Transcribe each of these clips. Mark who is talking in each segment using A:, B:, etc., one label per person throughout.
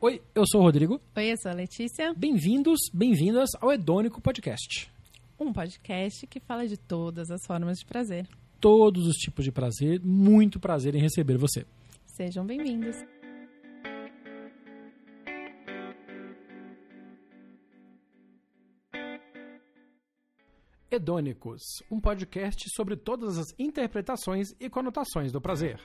A: Oi, eu sou o Rodrigo.
B: Oi, eu sou a Letícia.
A: Bem-vindos, bem-vindas ao Hedônico Podcast.
B: Um podcast que fala de todas as formas de prazer.
A: Todos os tipos de prazer, muito prazer em receber você.
B: Sejam bem-vindos.
A: Hedônicos, um podcast sobre todas as interpretações e conotações do prazer.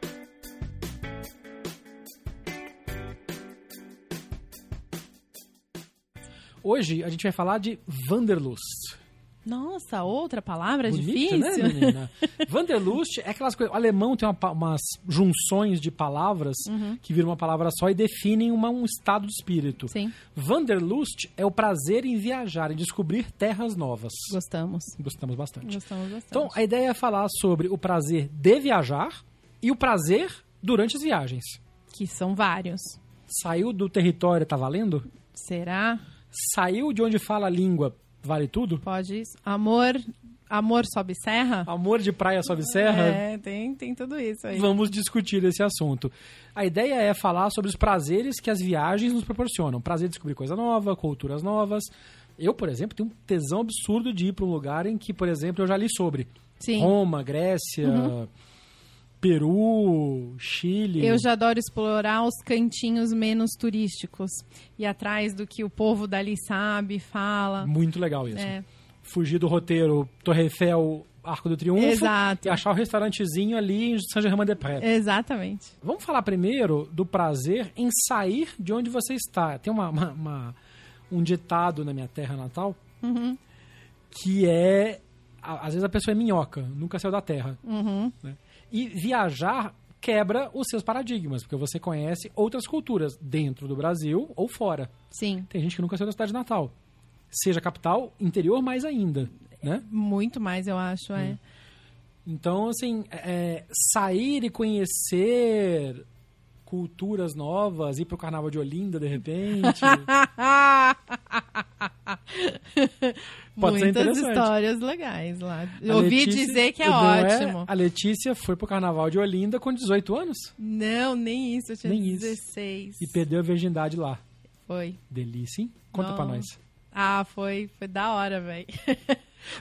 A: Hoje a gente vai falar de Wanderlust.
B: Nossa, outra palavra
A: Bonito,
B: Tá difícil.
A: né, menina? Wanderlust é aquelas coisas. O alemão tem uma pa- umas junções de palavras
B: Uhum.
A: que viram uma palavra só e definem uma- um estado de espírito.
B: Sim,
A: Wanderlust é o prazer em viajar, em descobrir terras novas.
B: gostamos.
A: Gostamos bastante.
B: Gostamos bastante.
A: Então, a ideia é falar sobre o prazer de viajar e o prazer durante as viagens.
B: Que são vários.
A: Saiu do território, tá valendo?
B: Será?
A: Saiu de onde fala a língua, vale tudo?
B: Pode isso. Amor, amor sobe serra?
A: Amor de praia sobe serra,
B: É, tem, tem tudo isso aí.
A: Vamos discutir esse assunto. A ideia é falar sobre os prazeres que as viagens nos proporcionam. Prazer de descobrir coisa nova, culturas novas. Eu, por exemplo, tenho um tesão absurdo de ir para um lugar em que, por exemplo, eu já li sobre
B: Sim. Uhum.
A: Roma, Grécia, Peru, Chile.
B: Eu já adoro explorar os cantinhos menos turísticos. E atrás do que o povo dali sabe, fala.
A: Muito legal isso.
B: É.
A: Fugir do roteiro Torre Eiffel, Arco do Triunfo
B: Exato.
A: e achar o restaurantezinho ali em Saint-Germain-des-Prés.
B: Exatamente.
A: Vamos falar primeiro do prazer em sair de onde você está. Tem uma, uma- uma- um ditado na minha terra natal que é. a- Às vezes a pessoa é minhoca, nunca saiu da terra.
B: Uhum.
A: né? E viajar quebra os seus paradigmas, porque você conhece outras culturas dentro do Brasil ou fora.
B: Sim.
A: Tem gente que nunca saiu da cidade natal. Seja capital, interior mais ainda, né?
B: Muito mais, eu acho, é.
A: Então, assim, é, sair e conhecer culturas novas, ir pro Carnaval de Olinda, de repente. Pode ser
B: Muitas
A: interessante.
B: histórias legais lá.
A: A
B: Eu ouvi
A: Letícia-
B: dizer que é
A: não
B: ótimo.
A: a Letícia foi pro Carnaval de Olinda com 18 anos
B: Não, nem isso. Eu tinha
A: Nem isso.
B: 16.
A: e perdeu a virgindade lá.
B: Foi.
A: Delícia, hein? Conta pra nós.
B: Nossa. Ah, foi, foi da hora, velho.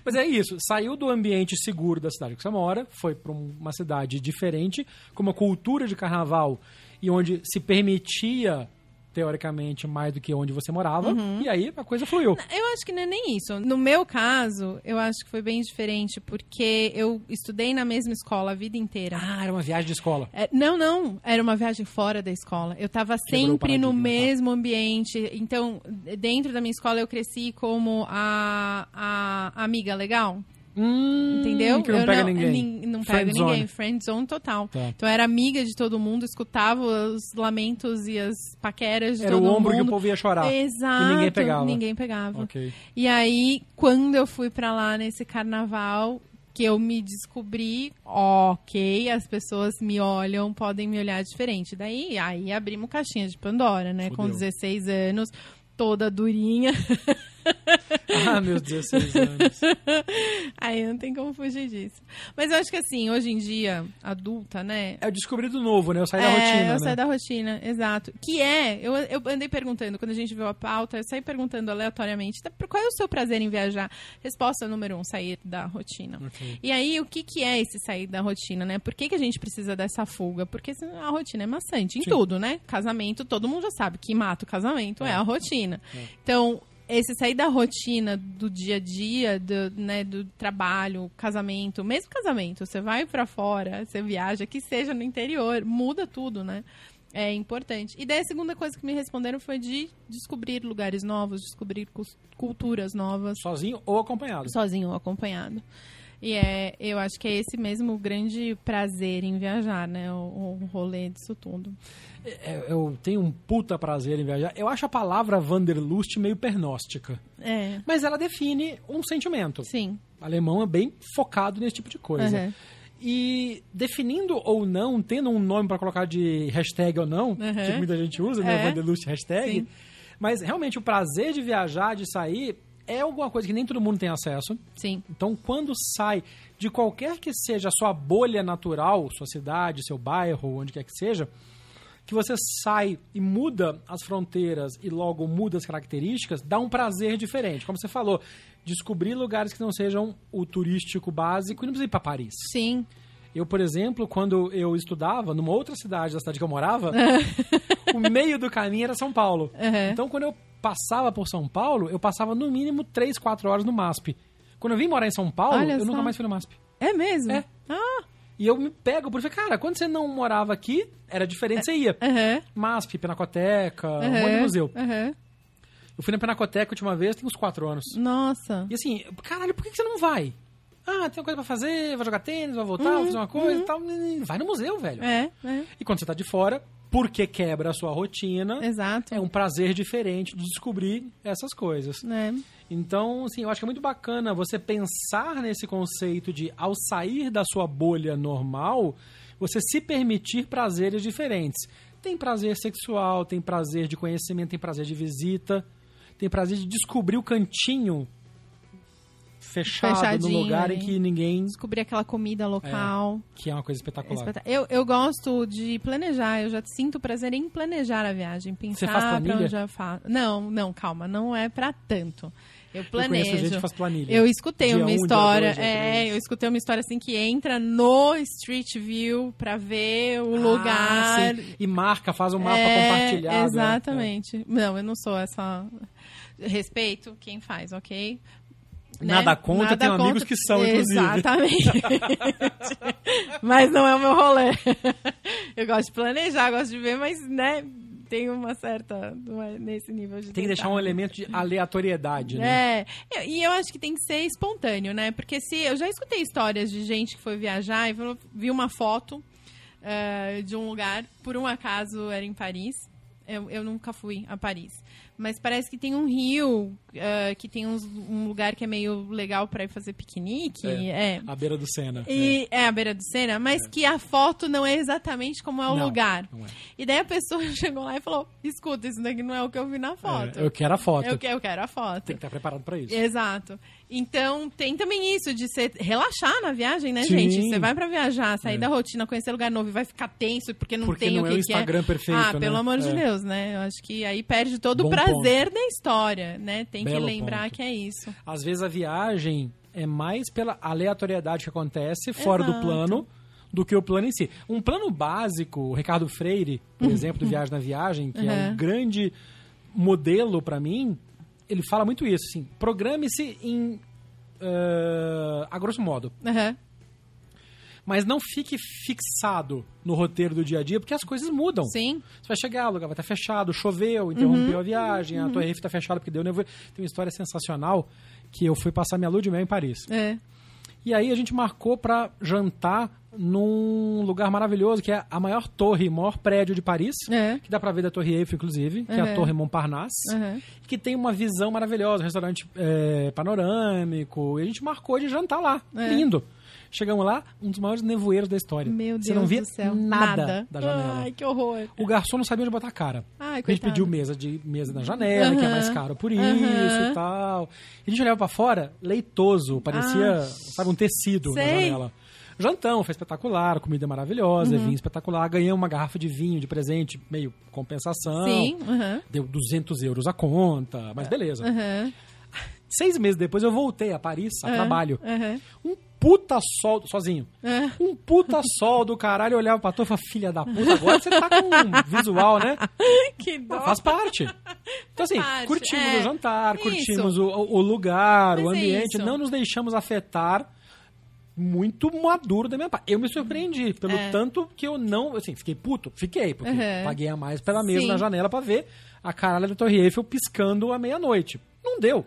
A: Mas é isso, saiu do ambiente seguro da cidade que você mora, foi pra um, uma cidade diferente, com uma cultura de carnaval e onde se permitia, teoricamente, mais do que onde você morava,
B: Uhum.
A: e aí a coisa fluiu.
B: Eu acho que não é nem isso. No meu caso, eu acho que foi bem diferente, porque eu estudei na mesma escola a vida inteira.
A: Ah, era uma viagem de escola.
B: É, não, não. Era uma viagem fora da escola. Eu estava
A: Quebrou o
B: sempre
A: paradigma,
B: no
A: tá.
B: mesmo ambiente. Então, dentro da minha escola, eu cresci como a, a amiga legal.
A: Hum,
B: Entendeu?
A: Que não
B: eu
A: pega
B: não,
A: ninguém.
B: nin- não pega
A: Friendzone.
B: ninguém. Friend zone total.
A: Tá.
B: Então, eu era amiga de todo mundo, escutava os lamentos e as paqueras de
A: Era o
B: todo
A: ombro que o
B: mundo.
A: povo ia chorar.
B: Exato.
A: que ninguém pegava.
B: Ninguém pegava.
A: Ok.
B: E aí, quando eu fui pra lá nesse carnaval, que eu me descobri, ok, as pessoas me olham, podem me olhar diferente. Daí, aí abrimos caixinha de Pandora, né? Com
A: Fudeu.
B: 16 anos, toda durinha.
A: Ah, meus 16 anos.
B: aí não tem como fugir disso. Mas eu acho que assim, hoje em dia, adulta, né?
A: É o descobrir do novo, né? Eu saí da
B: é,
A: rotina,
B: eu
A: né?
B: saí da rotina, exato. Que é, eu, eu andei perguntando, quando a gente viu a pauta, eu saí perguntando aleatoriamente, "Tá, qual é o seu prazer em viajar? Resposta número um, sair da rotina.
A: Ok.
B: E aí, o que, que é esse sair da rotina, né? Por que, que a gente precisa dessa fuga? Porque senão a rotina é maçante em
A: Sim.
B: tudo, né? Casamento, todo mundo já sabe que mata o casamento, é, a rotina. Então, esse sair da rotina do dia a dia, do, né, do trabalho, casamento, mesmo casamento, você vai pra fora, você viaja, que seja no interior, muda tudo, né? É importante. E daí a segunda coisa que me responderam foi de descobrir lugares novos, descobrir cus- culturas novas
A: Sozinho ou acompanhado.
B: sozinho ou acompanhado. E é, eu acho que é esse mesmo o grande prazer em viajar, né? O, o rolê disso tudo.
A: É, Eu tenho um puta prazer em viajar. Eu acho a palavra Wanderlust meio pernóstica.
B: É,
A: Mas ela define um sentimento.
B: sim.
A: O alemão é bem focado nesse tipo de coisa.
B: Uhum.
A: E definindo ou não, tendo um nome pra colocar de hashtag ou não, que muita gente usa, né?
B: É.
A: Wanderlust hashtag.
B: Sim.
A: Mas realmente o prazer de viajar, de sair, é alguma coisa que nem todo mundo tem acesso.
B: Sim.
A: Então, quando sai de qualquer que seja a sua bolha natural, sua cidade, seu bairro, onde quer que seja, que você sai e muda as fronteiras e logo muda as características, dá um prazer diferente. Como você falou, descobrir lugares que não sejam o turístico básico e não precisa ir para Paris.
B: Sim.
A: Eu, por exemplo, quando eu estudava numa outra cidade da cidade que eu morava, o meio do caminho era São Paulo.
B: Uhum.
A: Então, quando eu passava por São Paulo, eu passava no mínimo 3, 4 horas no MASP. Quando eu vim morar em São Paulo,
B: Olha
A: eu
B: só.
A: nunca mais fui no MASP.
B: É mesmo?
A: É.
B: Ah,
A: E eu me pego por isso, cara, quando você não morava aqui, era diferente, você ia.
B: aham.
A: MASP, Penacoteca, um
B: aham,
A: monte de museu.
B: aham.
A: Eu fui na Penacoteca a última vez, tem uns 4 anos.
B: Nossa.
A: E assim, caralho, por que que você não vai? Ah, tem uma coisa pra fazer, vou jogar tênis, vou voltar,
B: Uhum,
A: vou fazer uma coisa e tal. Vai no museu, velho.
B: É, é.
A: E quando você tá de fora, porque quebra a sua rotina,
B: Exato.
A: é um prazer diferente de descobrir essas coisas.
B: É.
A: Então, assim, eu acho que é muito bacana você pensar nesse conceito de, ao sair da sua bolha normal, você se permitir prazeres diferentes. Tem prazer sexual, tem prazer de conhecimento, tem prazer de visita, tem prazer de descobrir o cantinho fechado
B: Fechadinho
A: num lugar em
B: ali.
A: que ninguém.
B: Descobrir aquela comida local.
A: que é uma coisa espetacular.
B: Espeta- Eu, eu gosto de planejar, eu já sinto prazer em planejar a viagem, pensar
A: faz
B: pra
A: planilha?
B: onde eu faço. Não, não, calma, não é pra tanto. Eu
A: Eu
B: planejo.
A: conheço gente que faz planilha.
B: Eu escutei
A: Dia um,
B: uma
A: dia
B: história,
A: dois, dia
B: é,
A: três.
B: eu escutei uma história assim que entra no Street View pra ver o um
A: Ah,
B: lugar.
A: sim. E marca, faz um mapa
B: É,
A: compartilhado. né?
B: Exatamente. Não, eu não sou essa. Respeito quem faz, ok? Né?
A: Nada contra,
B: Nada
A: tenho
B: contra.
A: amigos que são, inclusive.
B: Exatamente. mas não é o meu rolê. Eu gosto de planejar, gosto de ver, mas, né, tem uma certa. não é nesse nível de.
A: Tem que deixar um elemento de aleatoriedade, né?
B: É, Eu- e eu acho que tem que ser espontâneo, né? Porque se eu já escutei histórias de gente que foi viajar e falou- viu uma foto eh, de um lugar, por um acaso era em Paris. Eu, eu nunca fui a Paris. Mas parece que tem um rio, eh, que tem uns- um lugar que é meio legal pra ir fazer piquenique. É.
A: À beira do Sena.
B: E é a beira do Sena, mas que a foto não é exatamente como é o
A: Não,
B: lugar.
A: não é.
B: E daí a pessoa chegou lá e falou: escuta, isso daqui não é o que eu vi na foto.
A: É, eu quero a foto.
B: Eu, que- É. eu quero a foto.
A: Tem que estar preparado pra isso.
B: Exato. Então, tem também isso de você relaxar na viagem, né,
A: Sim.
B: gente? Você vai pra viajar, sair
A: É.
B: da rotina, conhecer lugar novo e vai ficar tenso porque não
A: Porque
B: tem
A: não
B: o
A: é
B: que
A: o
B: que
A: Instagram perfeito,
B: Ah,
A: né?
B: pelo amor de
A: É.
B: Deus, né? Eu acho que aí perde todo
A: Bom
B: o prazer da história, né? Tem
A: Belo
B: que lembrar
A: ponto.
B: que é isso.
A: Às vezes a viagem é mais pela aleatoriedade que acontece fora do
B: Exato.
A: plano do que o plano em si. Um plano básico, o Ricardo Freire, por exemplo, do Viagem na Viagem, que é um
B: Uhum.
A: grande modelo pra mim, ele fala muito isso, assim, programe-se em eh, a grosso modo,
B: Aham.
A: mas não fique fixado no roteiro do dia a dia, porque as coisas mudam.
B: Sim.
A: Você vai chegar, o lugar vai estar fechado, choveu, interrompeu a viagem, a Torre Eiffel tá fechada porque deu nevoeiro. Tem uma história sensacional que eu fui passar minha lua de mel em Paris.
B: É.
A: E aí a gente marcou pra jantar num lugar maravilhoso, que é a maior torre, maior prédio de Paris,
B: É.
A: que dá pra ver da Torre Eiffel, inclusive, que é a
B: Uhum.
A: Torre Montparnasse,
B: Uhum.
A: que tem uma visão maravilhosa, um restaurante é, panorâmico, e a gente marcou de jantar lá,
B: É.
A: lindo. Chegamos lá, um dos maiores nevoeiros da história.
B: Meu Deus
A: Você não via
B: do céu.
A: nada, da janela.
B: Ai, que horror.
A: O garçom não sabia onde botar a cara.
B: Ai,
A: a gente
B: coitado.
A: pediu mesa de mesa na janela, que é mais
B: Aham.
A: caro por isso
B: Aham.
A: e tal. E a gente olhava pra fora, leitoso, parecia,
B: Ah,
A: sabe, um tecido na
B: sei. Uhum.
A: janela. Jantão, foi espetacular, comida maravilhosa, vinho espetacular. Ganhamos uma garrafa de vinho de presente, meio compensação.
B: Sim. Aham.
A: Deu 200 euros a conta, mas beleza.
B: Aham.
A: Seis meses depois eu voltei a Paris, a
B: Aham.
A: trabalho.
B: Aham.
A: Um puta sol, sozinho.
B: Aham.
A: Um puta sol do caralho, eu olhava pra torre e falava, filha da puta, agora você tá com um visual, né?
B: Que dó.
A: Não, faz parte. Então, assim,
B: parte,
A: curtimos
B: é.
A: o jantar,
B: Isso.
A: curtimos o, o lugar, o
B: Mas é
A: ambiente,
B: isso.
A: não nos deixamos afetar muito maduro da minha parte. Eu me surpreendi pelo
B: É.
A: tanto que eu não, assim, fiquei puto, fiquei, porque
B: Uhum.
A: paguei a mais pela mesa
B: Sim.
A: na janela pra ver a caralho da Torre Eiffel piscando à meia-noite. Não deu.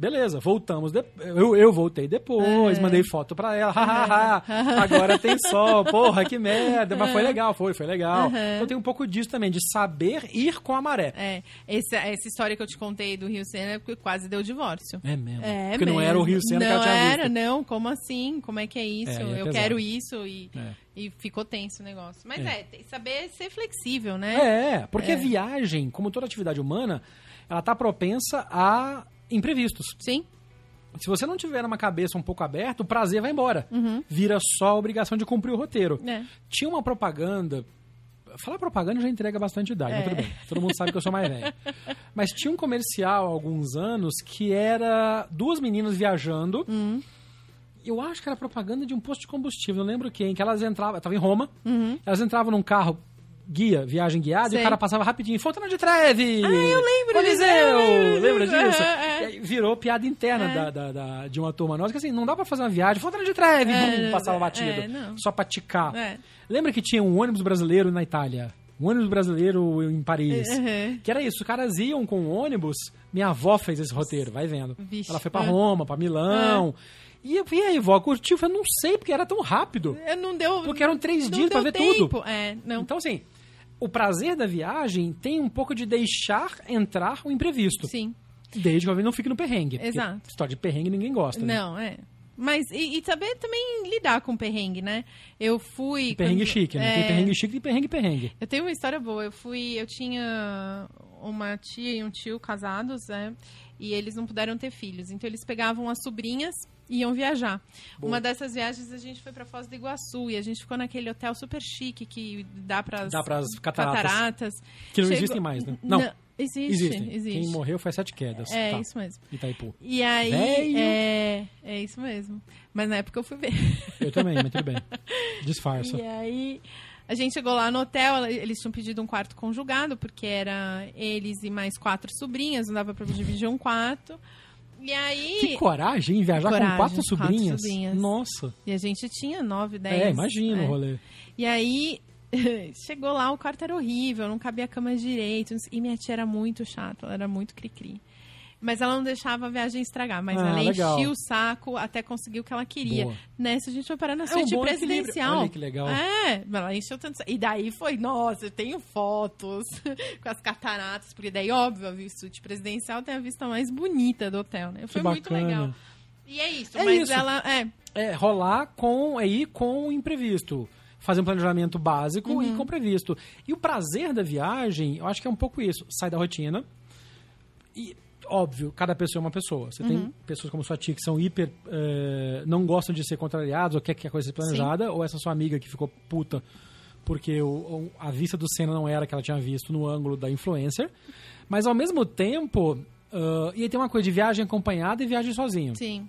A: Beleza, voltamos. de- Eu, eu voltei depois, mandei foto pra ela. Hahaha, agora tem sol. Porra, que merda. Mas foi legal, foi, foi legal.
B: Uhum.
A: Então tem um pouco disso também, de saber ir com a maré.
B: É, essa, essa história que eu te contei do Rio Sena é porque quase deu divórcio.
A: É mesmo.
B: É,
A: Porque não
B: mesmo.
A: era o Rio Sena
B: não
A: que ela tinha
B: era,
A: visto.
B: não. Como assim? Como é que é isso?
A: É, aí é
B: eu
A: pesado.
B: quero isso e,
A: É.
B: e ficou tenso o negócio. Mas
A: É.
B: é, tem que saber ser flexível, né?
A: É, porque a viagem, como toda atividade humana, ela tá propensa a imprevistos.
B: Sim,
A: Se você não tiver uma cabeça um pouco aberta, o prazer vai embora.
B: Uhum.
A: Vira só a obrigação de cumprir o roteiro.
B: né?
A: Tinha uma propaganda Falar propaganda já entrega bastante idade, mas
B: É.
A: tudo bem. Todo mundo sabe que eu sou mais velho. Mas tinha um comercial há alguns anos que era duas meninas viajando.
B: Hum.
A: Eu acho que era propaganda de um posto de combustível, não lembro quem, que elas entravam, tava em Roma, elas entravam num carro guia, viagem guiada, e
B: Uhum. Sei.
A: o cara passava rapidinho, Fontana de Trevi! Ah, eu
B: lembro disso, eu lembro
A: Coliseu!
B: disso.
A: Lembra disso?
B: É, é.
A: E aí Virou piada interna da- da- da- de uma turma nossa, que assim, não dá pra fazer uma viagem, Fontana de Trevi!
B: É,
A: bum, passava
B: é,
A: batido.
B: não.
A: só pra ticar.
B: É.
A: Lembra que tinha um ônibus brasileiro na Itália? Um ônibus brasileiro em Paris.
B: Uhum.
A: Que era isso, os caras iam com o ônibus. Minha avó fez esse roteiro, vai vendo.
B: Vixe.
A: Ela foi pra
B: É.
A: Roma, pra Milão. E, eu- e aí, vó, curtiu? Eu falei, não sei porque era tão rápido.
B: É, Não deu.
A: Porque eram três
B: não
A: dias pra
B: deu
A: ver
B: tempo.
A: tudo.
B: É, não.
A: Então, assim, o prazer da viagem tem um pouco de deixar entrar o imprevisto.
B: Sim.
A: Desde que o avião não fique no perrengue. porque
B: Exato.
A: História de perrengue ninguém gosta. né?
B: Não, é. Mas, e, e saber também lidar com perrengue, né? Eu fui.
A: Perrengue
B: quando-
A: chique, né?
B: é,
A: Tem perrengue chique e perrengue perrengue.
B: Eu tenho uma história boa. Eu fui, eu tinha uma tia e um tio casados, né? E eles não puderam ter filhos. Então eles pegavam as sobrinhas e iam viajar.
A: Boa.
B: Uma dessas viagens a gente foi pra Foz do Iguaçu e a gente ficou naquele hotel super chique que dá para
A: Dá pras cataratas.
B: cataratas.
A: Que não
B: Chegou-
A: existem mais, né? Não,
B: existe,
A: existem.
B: existe.
A: Quem morreu foi sete quedas.
B: É,
A: tá.
B: isso mesmo.
A: Itaipu.
B: E aí,
A: Velho.
B: é, é isso mesmo. Mas na época eu fui ver.
A: Eu também, mas tudo bem. Disfarça.
B: E aí, a gente chegou lá no hotel, ela- eles tinham pedido um quarto conjugado, porque era eles e mais quatro sobrinhas, não dava pra dividir um quarto. E aí.
A: Que coragem hein? viajar
B: Coragem,
A: com quatro
B: quatro
A: sobrinhas.
B: sobrinhas.
A: Nossa.
B: E a gente tinha nove, dez.
A: é, imagina
B: né?
A: o rolê.
B: E aí, chegou lá, o quarto era horrível, não cabia a cama direito. não sei- E minha tia era muito chata, ela era muito cri-cri. Mas ela não deixava a viagem estragar, mas
A: Ah,
B: ela
A: legal.
B: enchia o saco até conseguir o que ela queria.
A: Boa.
B: Nessa, a gente foi parar na
A: É um
B: suíte
A: bom equilíbrio.
B: presidencial.
A: Olha que legal.
B: É, mas ela encheu tanto. E daí foi, nossa, eu tenho fotos com as cataratas, porque daí, óbvio, a suíte presidencial tem a vista mais bonita do hotel, né? Foi muito
A: bacana.
B: legal. E é isso,
A: É
B: mas
A: isso.
B: ela. É,
A: É, rolar com aí com o imprevisto. Fazer um planejamento básico e com o previsto. E o prazer da viagem, eu acho que é um pouco isso. Sai da rotina. E, óbvio, cada pessoa é uma pessoa. Você tem pessoas como sua tia que são hiper. eh, não gostam de ser contrariados ou quer que a coisa seja planejada. Ou essa sua amiga que ficou puta porque o- o- a vista do Senna não era a que ela tinha visto no ângulo da influencer. Mas ao mesmo tempo. ah, e aí tem uma coisa de viagem acompanhada e viagem sozinho.
B: sim.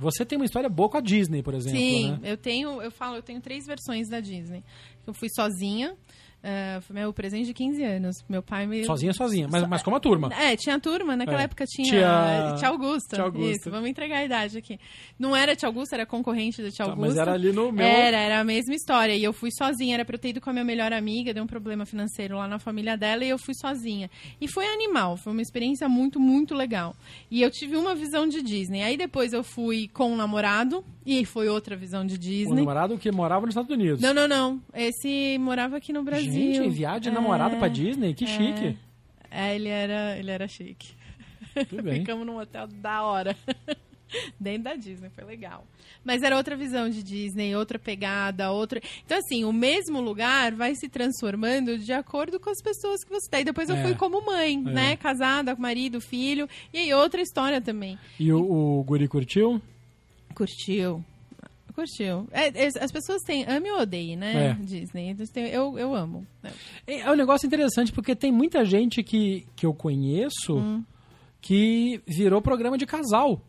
A: Você tem uma história boa com a Disney, por exemplo,
B: Sim,
A: né?
B: eu tenho, eu falo, eu tenho três versões da Disney. Eu fui sozinha, eh, foi meu presente de 15 anos. Meu pai me.
A: Sozinha, sozinha, mas,
B: So-
A: mas como a turma.
B: É, tinha turma, naquela
A: É.
B: época tinha eh,
A: Tia-
B: Tia Augusta.
A: Tia Augusta.
B: Isso, vamos entregar a idade aqui. Não era Tia Augusta, era concorrente da Tia
A: Tá,
B: Augusta.
A: mas era ali no meu.
B: Era, era a mesma história. E eu fui sozinha. Era pra eu ter ido com a minha melhor amiga, deu um problema financeiro lá na família dela e eu fui sozinha. E foi animal, foi uma experiência muito, muito legal. E eu tive uma visão de Disney. Aí depois eu fui com um namorado e aí foi outra visão de
A: O
B: Disney.
A: namorado que morava nos Estados Unidos.
B: Não, não, não. Esse morava aqui no Brasil.
A: Gente, viagem de
B: É,
A: namorado pra Disney, que
B: é.
A: chique.
B: É, ele era, ele era chique.
A: Tudo bem.
B: Ficamos num hotel da hora. Dentro da Disney, foi legal. Mas era outra visão de Disney, outra pegada, outra. Então, assim, o mesmo lugar vai se transformando de acordo com as pessoas que você tem. Depois eu
A: É.
B: fui como mãe, né? Casada, com marido, filho. E aí, outra história também.
A: E o, o Guri curtiu?
B: Curtiu. Curtiu. É, é, as pessoas têm. Ame ou odeie, né?
A: É.
B: Disney. Eles têm- Eu, eu amo.
A: É é um negócio interessante, porque tem muita gente que, que eu conheço
B: Hum.
A: que virou programa de casal.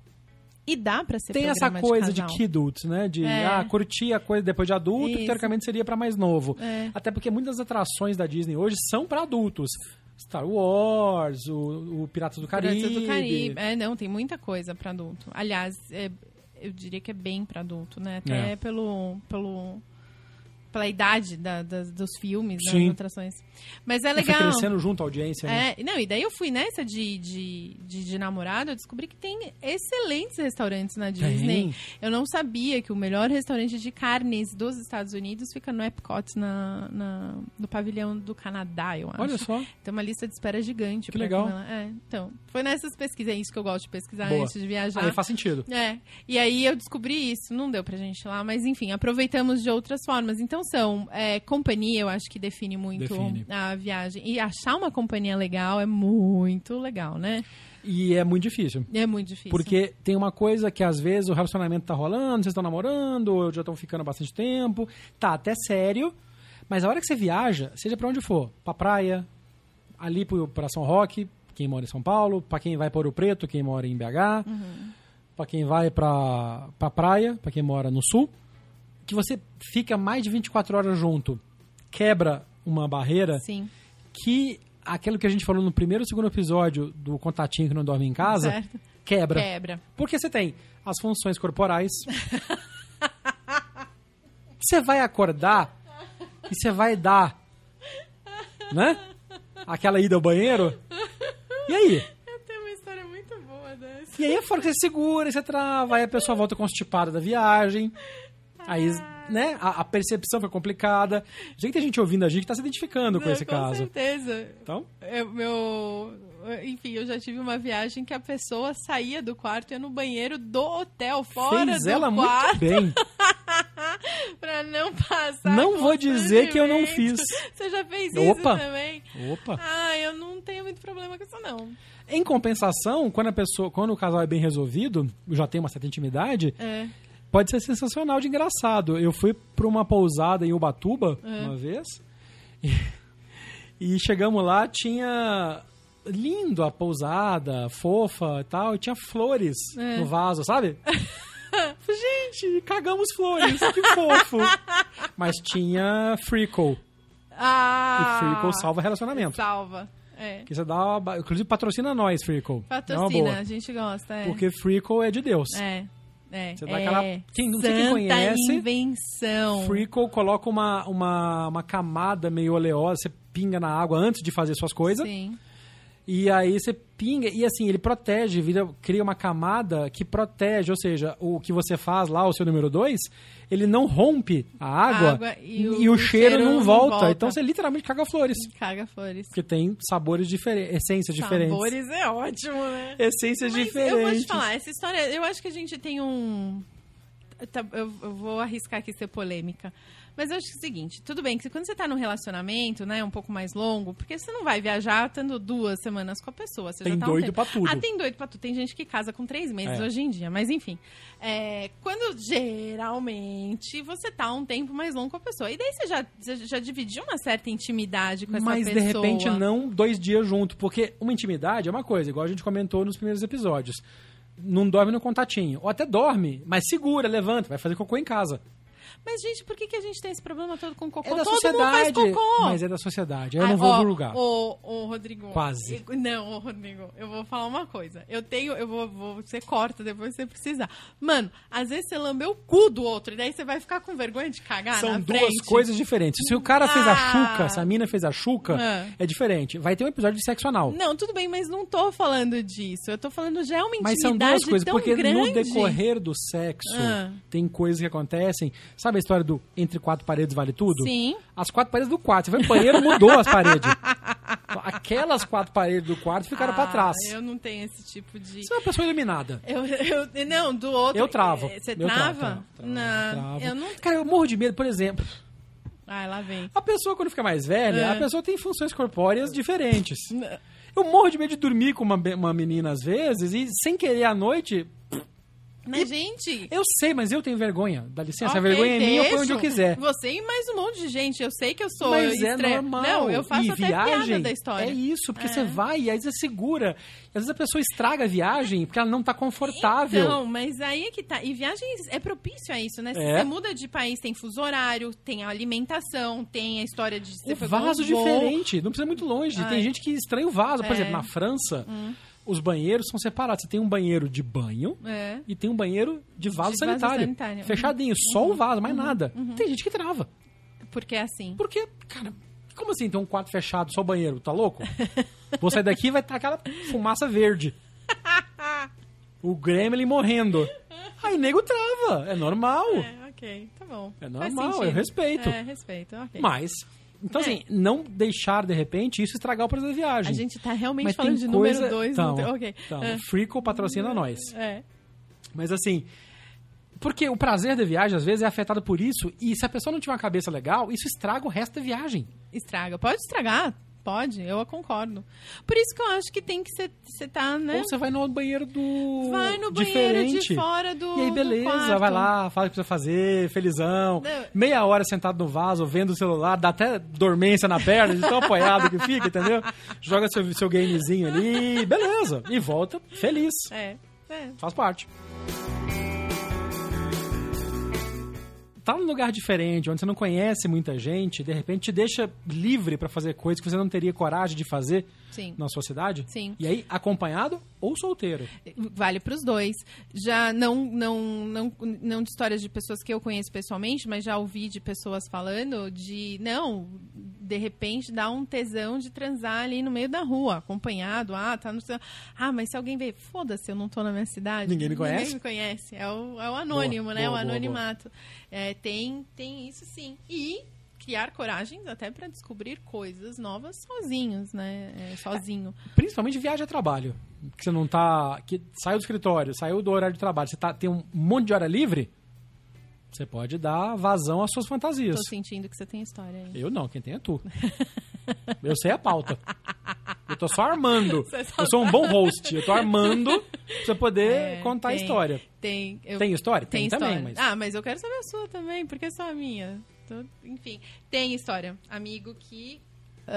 B: E dá pra ser
A: tem essa
B: programa
A: coisa de,
B: casal.
A: kidult, né? De
B: É.
A: ah, curtir a coisa depois de adulto, que
B: Isso.
A: teoricamente seria pra mais novo.
B: É.
A: Até porque muitas das atrações da Disney hoje são pra adultos. Star Wars, o, o Piratas do Caribe.
B: Piratas do Caribe. É, não, tem muita coisa pra adulto. Aliás, é, eu diria que é bem pra adulto, né? Até
A: É.
B: pelo, pelo pela idade da- das- dos filmes, né,
A: Sim.
B: das atrações. Mas é
A: E Foi
B: legal.
A: crescendo junto à audiência, né?
B: É, não, e daí eu fui nessa de, de, de, de namorado, eu descobri que tem excelentes restaurantes na É, Disney.
A: Tem.
B: Eu não sabia que o melhor restaurante de carnes dos Estados Unidos fica no Epcot, na, na- no pavilhão do Canadá, eu acho.
A: Olha só.
B: Tem uma lista de espera gigante.
A: Que
B: pra
A: legal.
B: comer lá. É, então, foi nessas pesquisas, é isso que eu gosto de pesquisar
A: Boa.
B: antes de viajar.
A: Aí faz sentido.
B: É, e aí eu descobri isso, não deu pra gente ir lá, mas enfim, aproveitamos de outras formas. Então são, é, companhia eu acho que define muito
A: Define.
B: a viagem. E achar uma companhia legal é muito legal, né?
A: E é muito difícil.
B: É muito difícil.
A: Porque tem uma coisa que às vezes o relacionamento tá rolando, vocês estão namorando, ou já estão ficando há bastante tempo, tá até sério, Mas a hora que você viaja, seja para onde for, pra praia, ali pro, pra São Roque, quem mora em São Paulo, para quem vai para Ouro Preto, quem mora em BH,
B: Uhum.
A: para quem vai pra, pra praia, para quem mora no sul, que você fica mais de 24 horas junto, quebra uma barreira
B: Sim.
A: que aquilo que a gente falou no primeiro e segundo episódio do contatinho que não dorme em casa,
B: Certo.
A: quebra.
B: Quebra.
A: Porque você tem as funções corporais. você vai acordar e você vai dar, né? Aquela ida ao banheiro. E aí?
B: Eu tenho uma história muito boa dessa.
A: E aí é fora que você segura, você trava, aí a pessoa volta constipada da viagem. Aí,
B: Ah.
A: né, a, a percepção foi complicada. Já que tem gente ouvindo a gente que tá se identificando com esse
B: com
A: caso.
B: certeza.
A: Então,
B: Eu, É, meu, enfim, eu já tive uma viagem que a pessoa saía do quarto e ia no banheiro do hotel, fora
A: fez
B: do
A: ela
B: quarto,
A: muito bem.
B: pra não passar.
A: Não vou dizer que eu não
B: constrangimento.
A: fiz.
B: Você já fez
A: Opa.
B: isso também?
A: Opa.
B: Ah, eu não tenho muito problema com isso, não.
A: Em compensação, quando a pessoa, quando o casal é bem resolvido, já tem uma certa intimidade,
B: É.
A: pode ser sensacional de engraçado. Eu fui para uma pousada em Ubatuba
B: É.
A: uma vez e, e chegamos lá tinha lindo a pousada, fofa e tal, e tinha flores
B: É.
A: no vaso, sabe? Gente, cagamos flores, que fofo. Mas tinha Freakle,
B: Ah.
A: e é Freakle salva relacionamento.
B: Salva. É.
A: Que você dá, uma ba- inclusive patrocina nós, Freakle. É uma
B: Patrocina,
A: boa.
B: a gente gosta, é.
A: Porque Freakle é de Deus.
B: É. É.
A: Você dá
B: é.
A: aquela- quem- não sei quem
B: Santa
A: conhece.
B: invenção.
A: Freakle coloca uma, uma, uma camada meio oleosa, você pinga na água antes de fazer suas coisas.
B: Sim.
A: E aí você pinga, e assim, ele protege, vira, cria uma camada que protege, ou seja, o que você faz lá, o seu número 2, ele não rompe a água,
B: água
A: e, o, cheiro, não, volta. Então você literalmente caga flores.
B: Caga flores.
A: Porque tem sabores diferentes, essências diferentes.
B: Sabores é ótimo, né?
A: Essências
B: Mas eu vou
A: diferentes.
B: te falar, essa história, eu acho que a gente tem um. tá, eu, eu vou arriscar aqui ser polêmica. Mas eu acho que é o seguinte, tudo bem que quando você tá num relacionamento, né, um pouco mais longo, porque você não vai viajar tendo duas semanas com a pessoa. Você
A: Tem
B: já tá um
A: doido
B: tempo.
A: pra tudo.
B: Ah, tem doido pra tudo. Tem gente que casa com três meses
A: É.
B: hoje em dia, mas enfim. É, quando geralmente você tá um tempo mais longo com a pessoa. E daí você já, você já dividiu uma certa intimidade com essa
A: Mas
B: pessoa.
A: de repente não dois dias junto, porque uma intimidade é uma coisa, igual a gente comentou nos primeiros episódios. Não dorme no contatinho. Ou até dorme, mas segura, levanta, vai fazer cocô em casa.
B: Mas, gente, por que, que a gente tem esse problema todo com cocô?
A: é da
B: Todo
A: sociedade.
B: mundo faz cocô.
A: Mas é da sociedade. Eu
B: Ah,
A: não vou
B: ó,
A: julgar.
B: Ô, ô, Rodrigo.
A: Quase.
B: eu- Não, ô, Rodrigo, eu vou falar uma coisa. Eu tenho, eu vou, vou- você corta depois se você precisar. Mano, às vezes você lambeu o cu do outro e daí você vai ficar com vergonha de cagar na
A: São duas
B: frente.
A: coisas diferentes. Se o cara fez a
B: Ah.
A: chuca, se a mina fez a chuca,
B: Ah.
A: é diferente. Vai ter um episódio de sexo anal.
B: Não, tudo bem, mas não tô falando disso. Eu tô falando já é uma
A: Mas
B: intimidade
A: são duas coisas,
B: tão
A: porque
B: grande.
A: no decorrer do sexo
B: Ah.
A: tem coisas que acontecem. Sabe a história do entre quatro paredes vale tudo?
B: Sim.
A: As quatro paredes do quarto. Você foi no banheiro mudou as paredes. Aquelas quatro paredes do quarto ficaram pra
B: Ah,
A: trás.
B: Eu não tenho esse tipo de...
A: Você é uma pessoa iluminada.
B: Eu, eu- não, do outro.
A: Eu travo.
B: Eh, Você
A: Eu travo,
B: trava?
A: travo, travo,
B: não,
A: travo.
B: eu não.
A: Cara, eu morro de medo, por exemplo.
B: Ai, Ah, lá vem.
A: A pessoa, quando fica mais velha,
B: É.
A: a pessoa tem funções corpóreas diferentes. Eu morro de medo de dormir com uma, be- uma menina às vezes e, sem querer à noite,
B: Mas, gente.
A: eu sei, mas eu tenho vergonha. Dá licença, a
B: Ok,
A: vergonha é minha, eu ponho
B: deixo.
A: onde eu quiser.
B: Você e mais um monte de gente. Eu sei que eu sou
A: Mas é
B: estranha.
A: normal.
B: Não, eu faço
A: e
B: até
A: viagem
B: piada da história.
A: É isso, porque você vai e aí você segura. E às vezes a pessoa estraga a viagem porque ela não tá confortável.
B: Então, mas aí é que tá. E viagens é propício a isso, né? Se
A: É.
B: você muda de país, tem fuso horário, tem a alimentação, tem a história de você
A: o
B: foi com
A: vaso
B: um voo.
A: diferente, não precisa ir muito longe.
B: Ai.
A: Tem gente que estranha o vaso. Por
B: É. Hum.
A: exemplo, na França, os banheiros são separados. Você tem um banheiro de banho
B: É.
A: e tem um banheiro de vaso,
B: De vaso
A: sanitário,
B: sanitário. Uhum.
A: Fechadinho, só o vaso, mais nada. Tem gente que trava.
B: Porque é assim.
A: Porque, cara, como assim tem um quarto fechado, só banheiro? Tá louco? Vou sair daqui e vai estar aquela fumaça verde. O Gremlin morrendo. Aí nego trava, é normal.
B: É, ok. Tá bom.
A: É
B: Faz
A: normal,
B: sentido.
A: eu respeito.
B: É, respeito, ok.
A: Mas, então assim, não deixar de repente isso estragar o prazer da viagem.
B: É. A gente tá realmente
A: Mas
B: falando
A: tem
B: de
A: coisa...
B: número 2.
A: Então,
B: ok.
A: então
B: É.
A: Freako patrocina nós.
B: É.
A: Mas assim, porque o prazer da viagem às vezes é afetado por isso, e se a pessoa não tiver uma cabeça legal, isso estraga o resto da viagem.
B: Estraga. Pode estragar? pode, eu concordo. Por isso que eu acho que tem que você tá, né?
A: Ou você vai no banheiro do.
B: Vai no banheiro
A: diferente.
B: de fora do.
A: E aí,
B: do
A: beleza,
B: quarto.
A: vai lá, faz o que precisa fazer, felizão.
B: Não.
A: Meia hora sentado no vaso, vendo o celular, dá até dormência na perna, de tão apoiado que fica, entendeu? Joga seu, seu gamezinho ali, beleza. E volta feliz.
B: É, é.
A: Faz parte. Tá num lugar diferente, onde você não conhece muita gente, de repente te deixa livre pra fazer coisas que você não teria coragem de fazer
B: Sim.
A: na sua cidade.
B: Sim.
A: E aí, acompanhado ou solteiro?
B: Vale para os dois. Já não, não, não, não de histórias de pessoas que eu conheço pessoalmente, mas já ouvi de pessoas falando de não, de repente dá um tesão de transar ali no meio da rua, acompanhado. Ah, tá no seu. Ah, mas se alguém vê, foda-se, eu não tô na minha cidade.
A: Ninguém me conhece?
B: Ninguém me conhece. É o, é o anônimo,
A: Boa,
B: né?
A: boa,
B: o
A: boa, boa.
B: anonimato. É, tem, tem isso sim. E criar coragens até para descobrir coisas novas sozinhos, né? É, sozinho.
A: Principalmente viagem a trabalho. Que você não tá. Que saiu do escritório, saiu do horário de trabalho, você tá, tem um monte de hora livre, você pode dar vazão às suas fantasias.
B: Tô sentindo que você tem história aí.
A: Eu não, quem tem é tu. Eu sei a pauta. Eu tô só armando.
B: Você só
A: Eu sou um bom host. Eu tô armando pra você poder
B: É,
A: contar a
B: tem.
A: história.
B: Tem, eu-
A: Tem história?
B: tem história.
A: também, mas.
B: Ah, mas eu quero saber a sua também, porque é só a minha. Tô- Enfim, tem história. Amigo que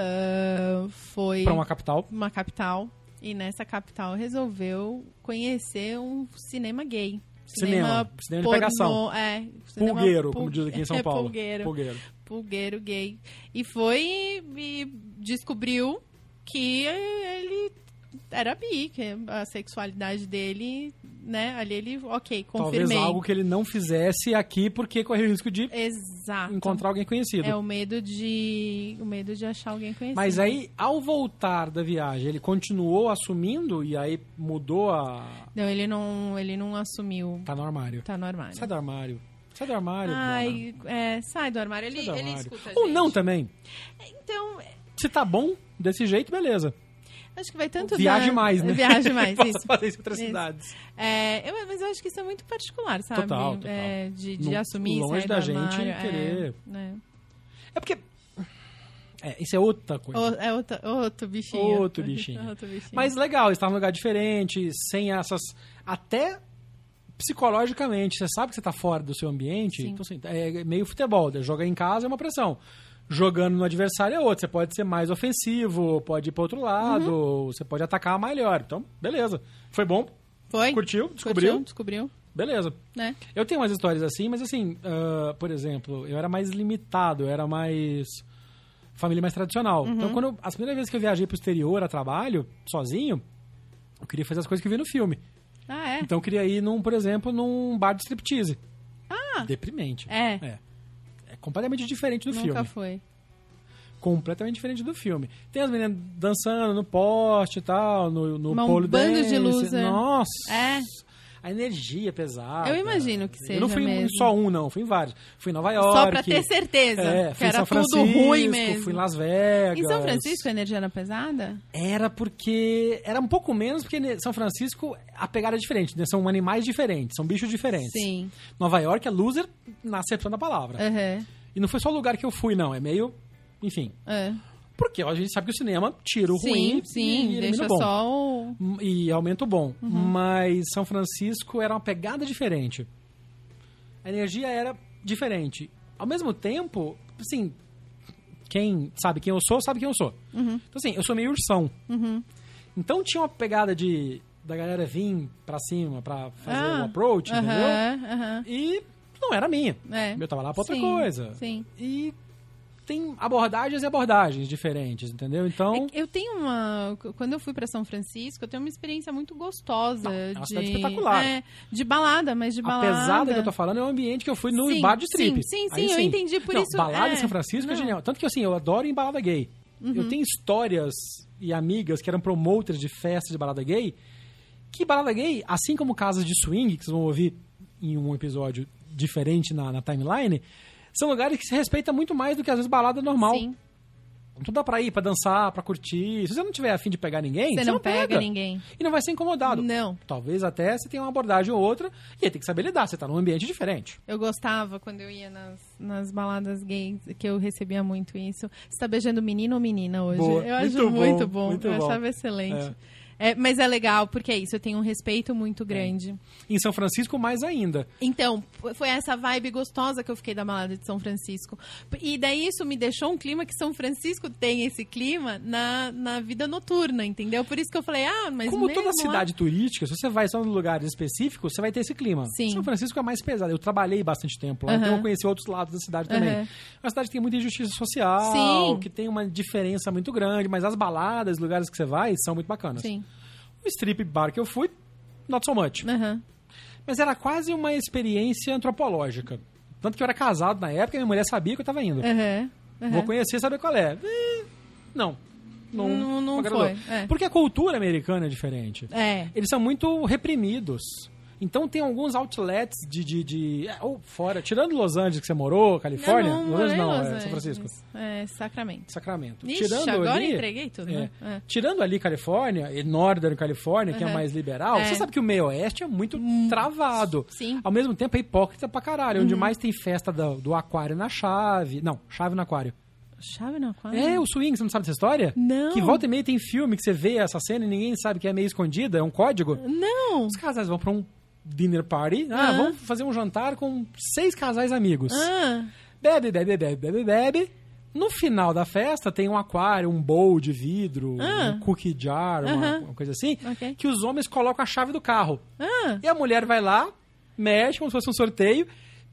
B: ah, foi
A: Pra uma capital.
B: uma capital e nessa capital resolveu conhecer um cinema gay.
A: Cinema. Cinema de pegação.
B: É, cinema
A: Pulgueiro, como
B: pul-
A: diz aqui em São
B: é,
A: Paulo.
B: Pulgueiro.
A: Pulgueiro.
B: pulgueiro gay. E foi e descobriu que ele era bi, que a sexualidade dele, né? Ali ele, ok, confirmei.
A: Talvez algo que ele não fizesse aqui porque corria o risco de
B: Exato.
A: encontrar alguém conhecido.
B: É o medo de. O medo de achar alguém conhecido.
A: Mas aí, ao voltar da viagem, ele continuou assumindo e aí mudou a.
B: Não, ele não, ele não assumiu.
A: Tá no armário.
B: Tá no armário.
A: Sai do armário. Sai do armário. Mona.
B: Ai, é, sai do armário. Ele,
A: Sai do
B: ele
A: armário.
B: escuta. a
A: Ou
B: gente.
A: não tá- também.
B: Então,
A: Se tá bom desse jeito, beleza.
B: acho que vai tanto.
A: Viaje
B: dar-
A: mais, né?
B: Viaje mais,
A: Posso
B: isso.
A: fazer isso em outras
B: Isso.
A: cidades.
B: É, eu- mas eu acho que isso é muito particular, sabe?
A: Total, total.
B: É, de de
A: Não-
B: assumir
A: longe
B: sair
A: da
B: do
A: gente
B: armário, é,
A: querer.
B: né?
A: É porque. É, isso é outra coisa.
B: O- é outro, outro bichinho.
A: Outro bichinho.
B: Outro bichinho.
A: Mas legal, estar num um lugar diferente, sem essas. Até psicologicamente, você sabe que você tá fora do seu ambiente.
B: Sim.
A: Então, assim, é meio futebol, né? joga em casa é uma pressão. Jogando no adversário é outro. Você pode ser mais ofensivo, pode ir para outro lado,
B: Uhum.
A: você pode atacar melhor. Então, beleza. Foi bom,
B: Foi?
A: curtiu, descobriu,
B: Descobriu,
A: beleza.
B: né?
A: Eu tenho umas histórias assim, mas assim, ah, por exemplo, eu era mais limitado, eu era mais. família mais tradicional.
B: Uhum.
A: Então, quando eu- as primeiras vezes que eu viajei pro exterior a trabalho, sozinho, eu queria fazer as coisas que eu vi no filme.
B: Ah, é?
A: Então, eu queria ir, num, por exemplo, num bar de striptease.
B: Ah!
A: Deprimente.
B: É.
A: É. É completamente diferente do
B: Nunca
A: filme.
B: foi.
A: Completamente diferente do filme. Tem as meninas dançando no poste e tal, no, no
B: Mas um
A: pole
B: bando
A: dance.
B: de loser.
A: Nossa!
B: É.
A: A energia é pesada.
B: Eu imagino que
A: Eu
B: seja
A: não fui em
B: mesmo.
A: só um, não. Fui em vários. Fui em Nova York.
B: Só pra ter certeza
A: É,
B: que
A: fui em São
B: era
A: Francisco,
B: tudo ruim mesmo.
A: fui em Las Vegas.
B: Em São Francisco a energia era pesada?
A: Era porque... Era um pouco menos, porque ne- São Francisco a pegada é diferente, né? São animais diferentes, são bichos diferentes.
B: Sim. É.
A: Nova York é loser na acepção da palavra.
B: Aham.
A: E não foi só o lugar que eu fui, não. É meio... Enfim.
B: É.
A: Porque a gente sabe que o cinema tira o
B: Sim,
A: ruim e
B: sim.
A: elimina
B: Deixa
A: o bom. Hum,
B: só Uhum. o...
A: E aumenta o bom. Mas São Francisco era uma pegada diferente. A energia era diferente. Ao mesmo tempo, assim, quem sabe quem eu sou, sabe quem eu sou.
B: Uhum.
A: Então, assim, eu sou meio ursão. Então tinha uma pegada de da galera vir pra cima pra fazer o
B: Ah,
A: approach, entendeu?
B: Aham, aham.
A: E não era minha.
B: É.
A: Eu tava lá pra outra
B: Sim,
A: coisa.
B: Sim.
A: E tem abordagens e abordagens diferentes, entendeu? Então.
B: É que Eu tenho uma. Quando eu fui pra São Francisco, eu tenho uma experiência muito gostosa.
A: Não, é uma
B: de,
A: cidade espetacular.
B: é, de balada, mas de balada.
A: Apesar do que eu tô falando, é o ambiente que eu fui no
B: Sim,
A: bar de strip.
B: sim, sim,
A: Aí
B: sim, eu entendi, por
A: Não,
B: isso-
A: Balada
B: é,
A: em São Francisco é
B: não. Uhum.
A: genial. Tanto que assim, eu adoro ir em balada gay. Eu tenho histórias e amigas que eram promoters de festa de balada gay. Que balada gay, assim como casas de swing, que vocês vão ouvir em um episódio é diferente na, na timeline, são lugares que se respeita muito mais do que às vezes balada normal.
B: Sim.
A: Tudo dá pra ir, pra dançar, pra curtir. Se você não tiver afim de pegar ninguém,
B: Você não pega ninguém.
A: E não vai ser incomodado.
B: Não.
A: Talvez até você tenha uma abordagem ou outra e aí tem que saber lidar. Você tá num ambiente diferente.
B: Eu gostava quando eu ia nas, nas baladas gays, que eu recebia muito isso. Você tá beijando menino ou menina hoje?
A: Boa.
B: Eu
A: Muito
B: acho
A: bom,
B: muito bom.
A: muito
B: eu
A: bom.
B: achava excelente. É, mas é legal, porque é isso, eu tenho um respeito muito grande.
A: Em São Francisco, mais ainda.
B: Então, f- foi essa vibe gostosa que eu fiquei da balada de São Francisco. P- E daí isso me deixou um clima que São Francisco tem esse clima na, na vida noturna, entendeu? Por isso que eu falei, ah, mas
A: Como
B: mesmo
A: toda
B: lá-
A: cidade turística, se você vai só em lugares específicos, você vai ter esse clima.
B: Sim.
A: São Francisco é mais pesado. Eu trabalhei bastante tempo lá,
B: Aham.
A: então eu conheci outros lados da cidade também.
B: Aham.
A: É uma cidade que tem muita injustiça social,
B: Sim.
A: que tem uma diferença muito grande, mas as baladas, os lugares que você vai, são muito bacanas.
B: Sim,
A: O
B: Né?
A: strip bar que eu fui, not so much.
B: aham.
A: Mas era quase uma experiência antropológica. Tanto que eu era casado na época e minha mulher sabia que eu tava indo.
B: aham, aham.
A: Vou conhecer, saber qual é. Eh, Não. Não,
B: Não- não
A: agradou.
B: foi, é.
A: Porque a cultura americana é diferente
B: É,
A: eles são muito reprimidos. Então tem alguns outlets de. de, de- é, ou fora, tirando Los Angeles que você morou, Califórnia.
B: Eu não
A: Los Angeles
B: morei em
A: não,
B: Los
A: é
B: Angeles.
A: São Francisco.
B: É, Sacramento.
A: Sacramento.
B: Ixi,
A: tirando
B: agora
A: ali,
B: entreguei tudo,
A: é,
B: né? É.
A: Tirando ali Califórnia, e Northern Califórnia, que é
B: Uhum.
A: mais liberal,
B: É. Hum,
A: você sabe que o meio oeste é muito travado.
B: Sim. Uhum.
A: Ao mesmo tempo é hipócrita pra caralho. Onde mais tem festa do, do aquário na chave. Não, chave no aquário.
B: Chave na quadra?
A: É, o swing, você não sabe dessa história?
B: Não.
A: Que volta e meia tem filme que você vê essa cena e ninguém sabe que é meio escondida, é um código.
B: Não!
A: Os casais vão pra um dinner party. Ah,
B: Ah.
A: vamos fazer um jantar com seis casais amigos.
B: Ah,
A: Bebe, bebe, bebe, bebe, bebe. No final da festa tem um aquário, um bowl de vidro,
B: Ah.
A: um cookie jar, uma,
B: Aham.
A: uma coisa assim,
B: Ok.
A: que os homens colocam a chave do carro.
B: ah,
A: E a mulher vai lá, mexe como se fosse um sorteio,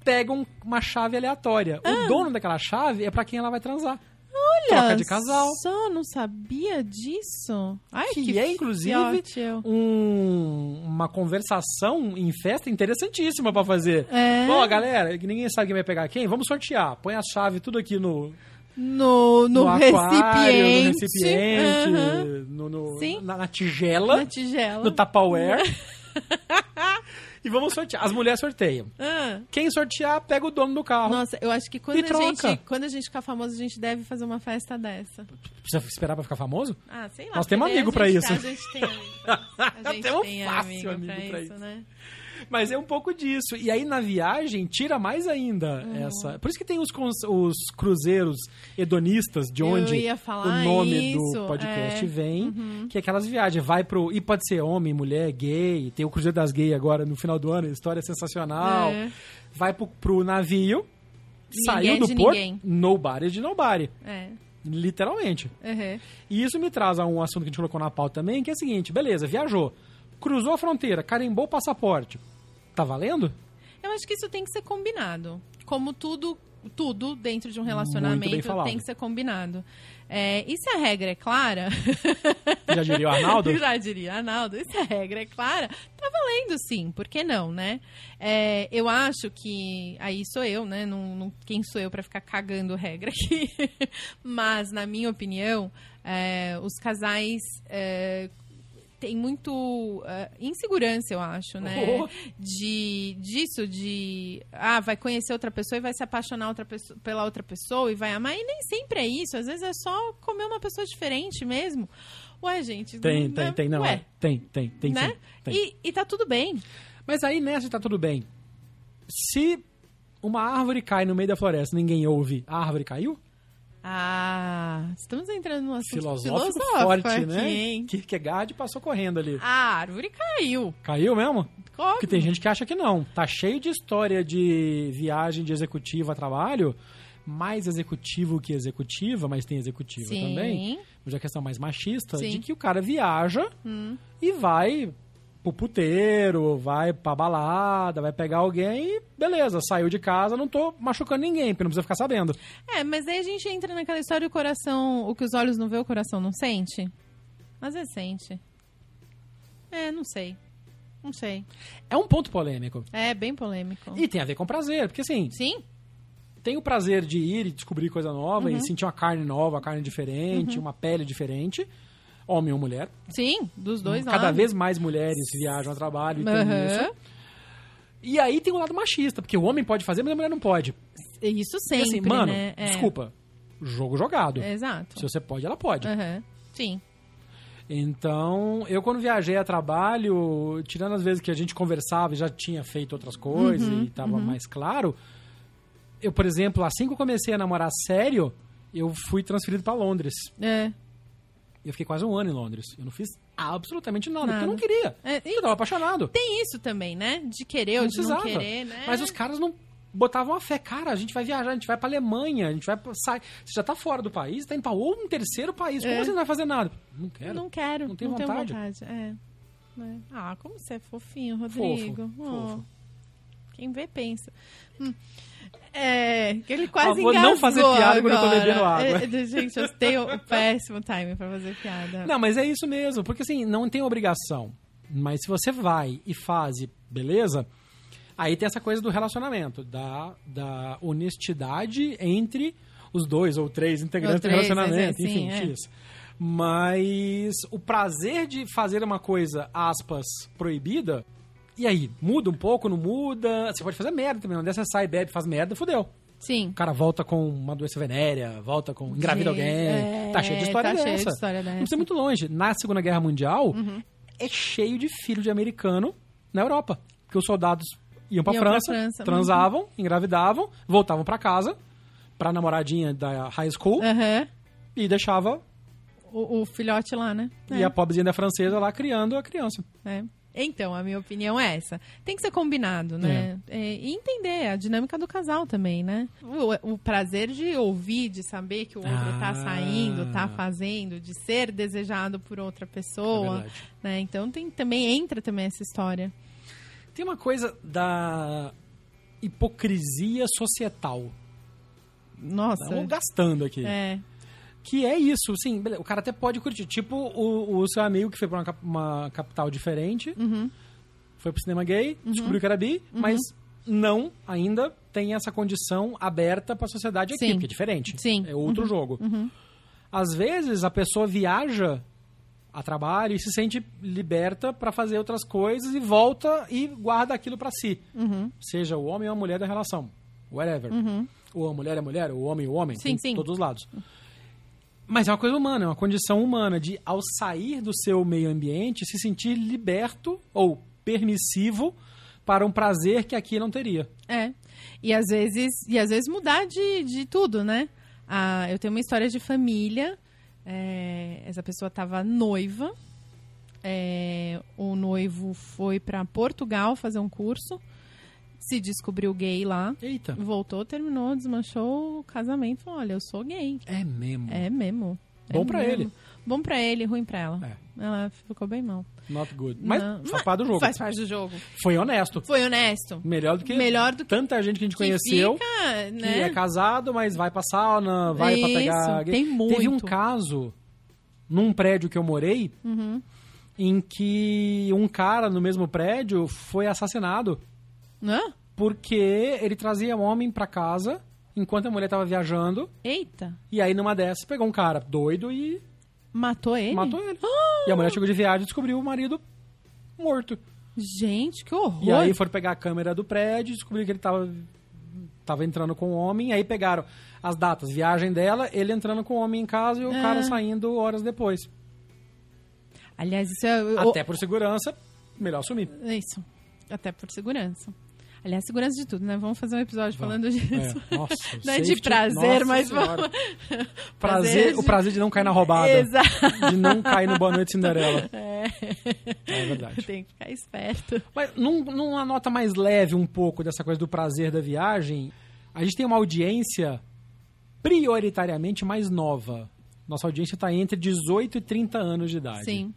A: pega um- uma chave aleatória. O dono daquela chave é pra quem ela vai transar.
B: Ah. olha!
A: Troca de casal.
B: Só não sabia disso. Ai, que,
A: Que é, inclusive,
B: fiote eu.
A: um- uma conversação em festa interessantíssima pra fazer.
B: É.
A: Ó, galera, que ninguém sabe quem vai pegar quem, vamos sortear. Põe a chave tudo aqui no,
B: No, no,
A: aquário,
B: recipiente.
A: no recipiente,
B: Aham.
A: no- no-
B: Sim.
A: na, na tigela,
B: Na tigela.
A: no Tupperware. e vamos sortear. As mulheres sorteiam.
B: Ah.
A: Quem sortear, pega o dono do carro.
B: Nossa, eu acho que quando
A: E
B: a, gente,
A: troca.
B: quando a gente ficar famoso, a gente deve fazer uma festa dessa.
A: Precisa esperar pra ficar famoso?
B: Ah, sei lá.
A: Nós
B: porque
A: temos
B: daí a
A: amigo pra
B: gente- tá,
A: isso.
B: A gente tem amigo. A gente
A: Temos
B: tem
A: É fácil
B: amigo,
A: amigo
B: pra
A: pra
B: isso, né?
A: Mas é um pouco disso. E aí na viagem tira mais ainda
B: Uhum.
A: essa. Por isso que tem os, cons- os cruzeiros hedonistas, de
B: Eu
A: onde
B: ia falar
A: o nome
B: isso,
A: do podcast
B: é.
A: vem, que é aquelas viagens. Vai pro. E pode ser homem, mulher, gay. Tem o Cruzeiro das Gays agora no final do ano, a história é sensacional.
B: É.
A: Vai pro, pro navio,
B: Ninguém é
A: saiu do
B: de
A: porto,
B: ninguém.
A: nobody de nobody.
B: É.
A: Literalmente.
B: Uhum.
A: E isso me traz a um assunto que a gente colocou na pauta também, que é o seguinte: beleza, viajou, cruzou a fronteira, carimbou o passaporte. Tá valendo?
B: Eu acho que isso tem que ser combinado. Como tudo, tudo dentro de um relacionamento
A: falado.
B: tem que ser combinado. É, e se a regra é clara,
A: Já diria o Arnaldo?
B: Já diria, Arnaldo, isso a regra é clara. Tá valendo sim, por que não, né? É, eu acho que. Aí sou eu, né? Não, não- quem sou eu pra ficar cagando regra aqui? Mas, na minha opinião, é, os casais. É, têm muito é, insegurança, eu acho, né?
A: Oh.
B: De, disso, de. Ah, vai conhecer outra pessoa e vai se apaixonar outra pesso- pela outra pessoa e vai amar. E nem sempre é isso. Às vezes é só comer uma pessoa diferente mesmo. Ué, gente.
A: Tem,
B: né?
A: tem, tem, não.
B: Ué,
A: é. Tem, tem, tem
B: né?
A: sim. Tem.
B: E, e tá tudo bem.
A: Mas aí nessa tá tudo bem. Se uma árvore cai no meio da floresta ninguém ouve, a árvore caiu?
B: Ah, estamos entrando num assunto
A: Filosófico,
B: filosófico
A: forte,
B: aqui,
A: né?
B: hein?
A: Kierkegaard passou correndo ali.
B: A árvore caiu.
A: Caiu mesmo?
B: Óbvio.
A: Porque tem gente que acha que não. Tá cheio de história de viagem de executivo a trabalho. Mais executivo que executiva, mas tem executiva
B: Sim.
A: também. Mas é a questão mais machista
B: Sim. Hum.
A: de que o cara viaja e vai pro puteiro, vai pra balada, vai pegar alguém e beleza, saiu de casa, não tô machucando ninguém, porque não precisa ficar sabendo.
B: É, mas aí a gente entra naquela história do coração. O que os olhos não vê, o coração não sente? Às vezes sente. É, não sei. Não sei.
A: É um ponto polêmico.
B: É bem polêmico.
A: E tem a ver com prazer, porque assim,
B: Sim?
A: tem o prazer de ir e descobrir coisa nova
B: Uhum.
A: e sentir uma carne nova, uma carne diferente, uma pele diferente, homem ou mulher.
B: Sim, dos dois
A: Cada
B: lados.
A: vez mais mulheres viajam a trabalho e tem
B: Aham.
A: isso. E aí um tem o lado machista, porque o homem pode fazer, mas a mulher não pode.
B: Isso
A: E
B: sempre,
A: assim, mano,
B: né? É.
A: desculpa. jogo jogado.
B: Exato.
A: Se você pode, ela pode.
B: Aham. Sim.
A: Então, eu quando viajei a trabalho, tirando as vezes que a gente conversava e já tinha feito outras coisas
B: Uhum,
A: e estava mais claro, eu, por exemplo, assim que eu comecei a namorar sério, eu fui transferido para Londres.
B: É.
A: Eu fiquei quase um ano em Londres. Eu não fiz absolutamente nada, porque eu não
B: Nada.
A: queria.
B: É, e
A: Eu estava apaixonado.
B: tem isso também, né? De querer ou
A: Não
B: de não
A: precisava.
B: querer, né?
A: Mas os caras não botavam a fé. Cara, a gente vai viajar, a gente vai pra Alemanha, a gente vai pra... sai. Você já tá fora do país, tá indo pra um terceiro país. Como
B: É.
A: você não vai fazer nada? Não quero.
B: Não quero.
A: Não tenho
B: Tenho
A: vontade.
B: vontade. É. É. Ah, como você é fofinho, Rodrigo.
A: Fofo,
B: Oh.
A: fofo.
B: Quem vê, pensa. Hum. É, que ele quase
A: Ah, vou não
B: engasgou
A: fazer piada quando eu tô
B: agora.
A: bebendo água.
B: É, é, gente, eu tenho o péssimo timing pra fazer piada.
A: Não, mas é isso mesmo, porque assim, não tem obrigação. Mas se você vai e faz, e beleza? Aí tem essa coisa do relacionamento, da, da honestidade entre os dois ou três integrantes
B: Ou três,
A: do relacionamento,
B: mas é assim,
A: enfim,
B: é.
A: X. Mas o prazer de fazer uma coisa, aspas, proibida, e aí? Muda um pouco, não muda? Você pode fazer merda também, onde você sai, bebe, faz merda, fudeu.
B: Sim.
A: O cara volta com uma doença venérea, volta com.
B: Gente,
A: engravida alguém.
B: é,
A: tá cheio de história
B: tá
A: dessa.
B: cheio de história dessa.
A: Não precisa ir muito longe. Na Segunda Guerra Mundial,
B: Uhum.
A: é cheio de filho de americano na Europa. Porque os soldados iam pra,
B: Iam pra
A: França,
B: França,
A: transavam, engravidavam, voltavam pra casa, pra namoradinha da high school,
B: Aham.
A: e deixava.
B: O, o filhote lá, né?
A: E a pobrezinha da francesa lá criando a criança.
B: É. Então, a minha opinião é essa. Tem que ser combinado, né? É, e entender a dinâmica do casal também, né? O, o prazer de ouvir, de saber que o outro
A: Ah.
B: tá saindo, tá fazendo, de ser desejado por outra pessoa,
A: É verdade.
B: né? Então tem também entra também essa história.
A: Tem uma coisa da hipocrisia societal.
B: Nossa.
A: Estamos gastando aqui.
B: É,
A: Que é isso, sim. beleza, O cara até pode curtir. Tipo o, o seu amigo que foi pra uma, cap- uma capital diferente,
B: uhum,
A: foi pro cinema gay, descobriu que era bi, mas não ainda tem essa condição aberta pra sociedade aqui,
B: Sim.
A: porque é diferente.
B: Sim. Uhum.
A: É outro jogo. Às vezes a pessoa viaja a trabalho e se sente liberta pra fazer outras coisas e volta e guarda aquilo pra si.
B: uhum.
A: Seja o homem ou a mulher da relação. Whatever
B: Uhum.
A: ou a mulher é mulher, ou o homem é o homem,
B: Sim,
A: sim,
B: sim.
A: todos os lados. Mas é uma coisa humana, é uma condição humana de, ao sair do seu meio ambiente, se sentir liberto ou permissivo para um prazer que aqui não teria.
B: É. E às vezes, e às vezes mudar de, de tudo, né? Ah, eu tenho uma história de família. é, essa pessoa estava noiva. é, o noivo foi para Portugal fazer um curso. Se descobriu gay lá.
A: Eita,
B: Voltou, terminou, desmanchou o casamento. Falou, olha, eu sou gay.
A: é mesmo.
B: É mesmo. É
A: Bom pra
B: mesmo.
A: ele.
B: Bom pra ele, ruim pra ela.
A: É.
B: Ela ficou bem mal.
A: Not good. Mas
B: Não.
A: faz parte do jogo.
B: Faz parte do jogo.
A: Foi honesto.
B: Foi honesto.
A: Melhor do que
B: Melhor do que
A: tanta gente que a gente
B: que
A: conheceu.
B: fica,
A: Que
B: né?
A: é casado, mas vai pra sauna, vai pra
B: Isso,
A: pegar.
B: tem
A: Teve um
B: muito.
A: caso num prédio que eu morei
B: Uhum.
A: em que um cara no mesmo prédio foi assassinado
B: Hã?
A: porque ele trazia um homem pra casa enquanto a mulher tava viajando
B: Eita,
A: e aí numa dessas pegou um cara doido e
B: matou ele?
A: matou ele. E a mulher chegou de viagem e descobriu o marido morto.
B: Gente, que horror.
A: E aí foram pegar a câmera do prédio, descobriram que ele tava tava entrando com o homem, aí pegaram as datas, viagem dela, ele entrando com o homem em casa e o
B: Ah.
A: cara saindo horas depois.
B: Aliás, isso é...
A: Até por segurança, melhor sumir.
B: o- é Isso, até por segurança. Aliás, segurança de tudo, né? Vamos fazer um episódio
A: Vamos.
B: falando disso.
A: É, nossa,
B: Não é de
A: safety,
B: prazer,
A: nossa
B: mas
A: senhora.
B: vamos...
A: Prazer, o prazer de não cair na roubada.
B: Exato.
A: De não cair no Boa Noite Cinderela.
B: É.
A: É verdade.
B: Tem que ficar esperto.
A: Mas num- numa nota mais leve um pouco dessa coisa do prazer da viagem, a gente tem uma audiência prioritariamente mais nova. Nossa audiência está entre 18 e 30 anos de idade.
B: Sim,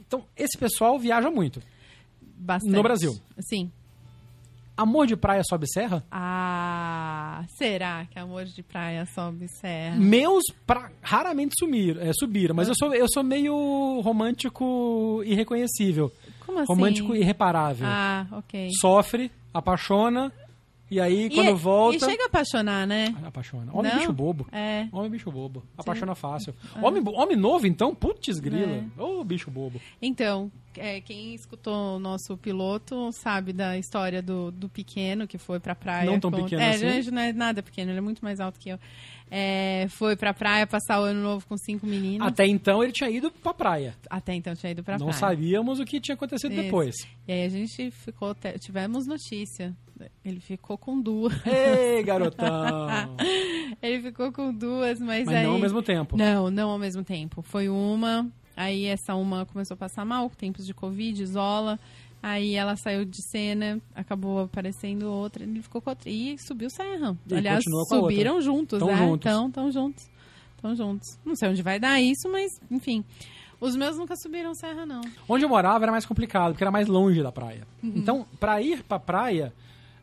A: Então, esse pessoal viaja muito.
B: bastante.
A: No Brasil.
B: Sim.
A: Amor de praia sobe serra?
B: Ah, será que amor de praia sobe serra?
A: Meus pra- raramente sumiram, é, subiram, mas eu sou, eu sou meio romântico irreconhecível.
B: Como assim?
A: Hum, Romântico irreparável.
B: Ah, ok.
A: Sofre, apaixona, e aí quando
B: e,
A: volta.
B: E chega a apaixonar, né?
A: Apaixona. Homem é
B: Não? Ah.
A: bicho bobo.
B: É.
A: Homem é bicho bobo.
B: É.
A: Apaixona fácil. Homem, bo- homem novo, então, putz grila. Ô, bicho bobo.
B: Então, é, quem escutou o nosso piloto sabe da história do, do pequeno que foi pra praia.
A: Não tão
B: com-
A: pequeno
B: é,
A: assim.
B: gente, não é nada pequeno, ele é muito mais alto que eu. É, foi pra praia passar o ano novo com cinco meninos. Até,
A: Até então ele tinha ido pra praia.
B: então tinha ido pra
A: não
B: praia.
A: sabíamos o que tinha acontecido
B: Isso.
A: depois.
B: E aí a gente ficou, até- tivemos notícia. Ele ficou com duas.
A: Ei, garotão!
B: ele ficou com duas, mas,
A: Mas
B: aí...
A: não é ao mesmo tempo.
B: Não, não ao mesmo tempo. Foi uma, aí essa uma começou a passar mal, com tempos de Covid, isola. Aí ela saiu de cena, acabou aparecendo outra, ele ficou com outra. E subiu serra.
A: E
B: Aliás,
A: continua com a outra.
B: subiram juntos,
A: Tão
B: né?
A: juntos.
B: Tão, tão juntos. Tão juntos. Não sei onde vai dar isso, mas enfim. Os meus nunca subiram serra, não.
A: Onde eu morava era mais complicado, porque era mais longe da praia.
B: Uhum.
A: Então, pra ir pra praia,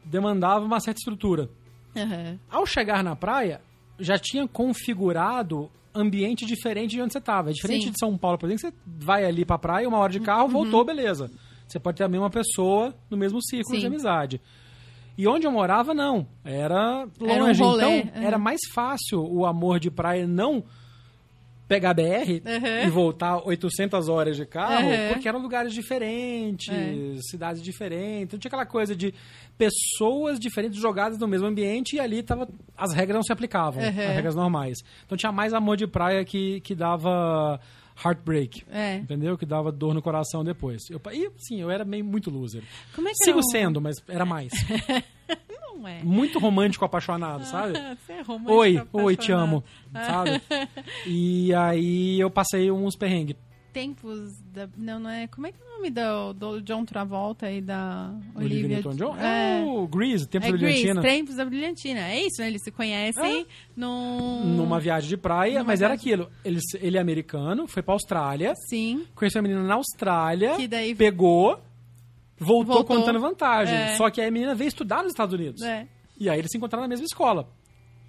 A: demandava uma certa estrutura.
B: Aham.
A: Ao chegar na praia, já tinha configurado ambiente diferente de onde você estava. É diferente
B: Sim. Uhum.
A: de São Paulo, por exemplo, que você vai ali pra praia, uma hora de carro, voltou, beleza. Você pode ter a mesma pessoa no mesmo círculo
B: Sim.
A: de amizade. E onde eu morava, não. Era
B: Era um
A: longe.
B: rolê,
A: então,
B: aham.
A: era mais fácil o amor de praia não pegar BR
B: Aham.
A: e voltar 800 horas de carro,
B: Aham.
A: porque eram lugares diferentes,
B: É.
A: cidades diferentes. Então tinha aquela coisa de pessoas diferentes jogadas no mesmo ambiente e ali tava, as regras não se aplicavam, as
B: Aham.
A: regras normais. Então tinha mais amor de praia que, que dava heartbreak.
B: É.
A: Entendeu? Que dava dor no coração depois. Eu, e, sim, eu era meio muito loser.
B: Como é que
A: Sigo
B: era o-
A: sendo, mas era mais.
B: Não é.
A: Muito romântico apaixonado, sabe?
B: Você é romântico,
A: Oi, oi,
B: apaixonado.
A: te amo, sabe? E aí eu passei uns perrengues.
B: Tempos da. Não, não é. Como é que é o nome do, do John Travolta e da
A: Olivia
B: Olivia?
A: Newton-John?
B: É.
A: É. o Grease, Tempo
B: É
A: da
B: Grease,
A: Brilhantina. É.
B: Tempos da Brilhantina. É isso, né? Eles se conhecem num...
A: Numa viagem de praia,
B: Hum. Numa
A: mas era
B: viagem.
A: aquilo. Ele, ele é americano, foi pra Austrália,
B: Sim.
A: conheceu a menina na Austrália,
B: Que daí-
A: pegou, voltou,
B: Voltou.
A: contando vantagem.
B: É.
A: Só que aí a menina veio estudar nos Estados Unidos.
B: É.
A: E aí eles se encontraram na mesma escola.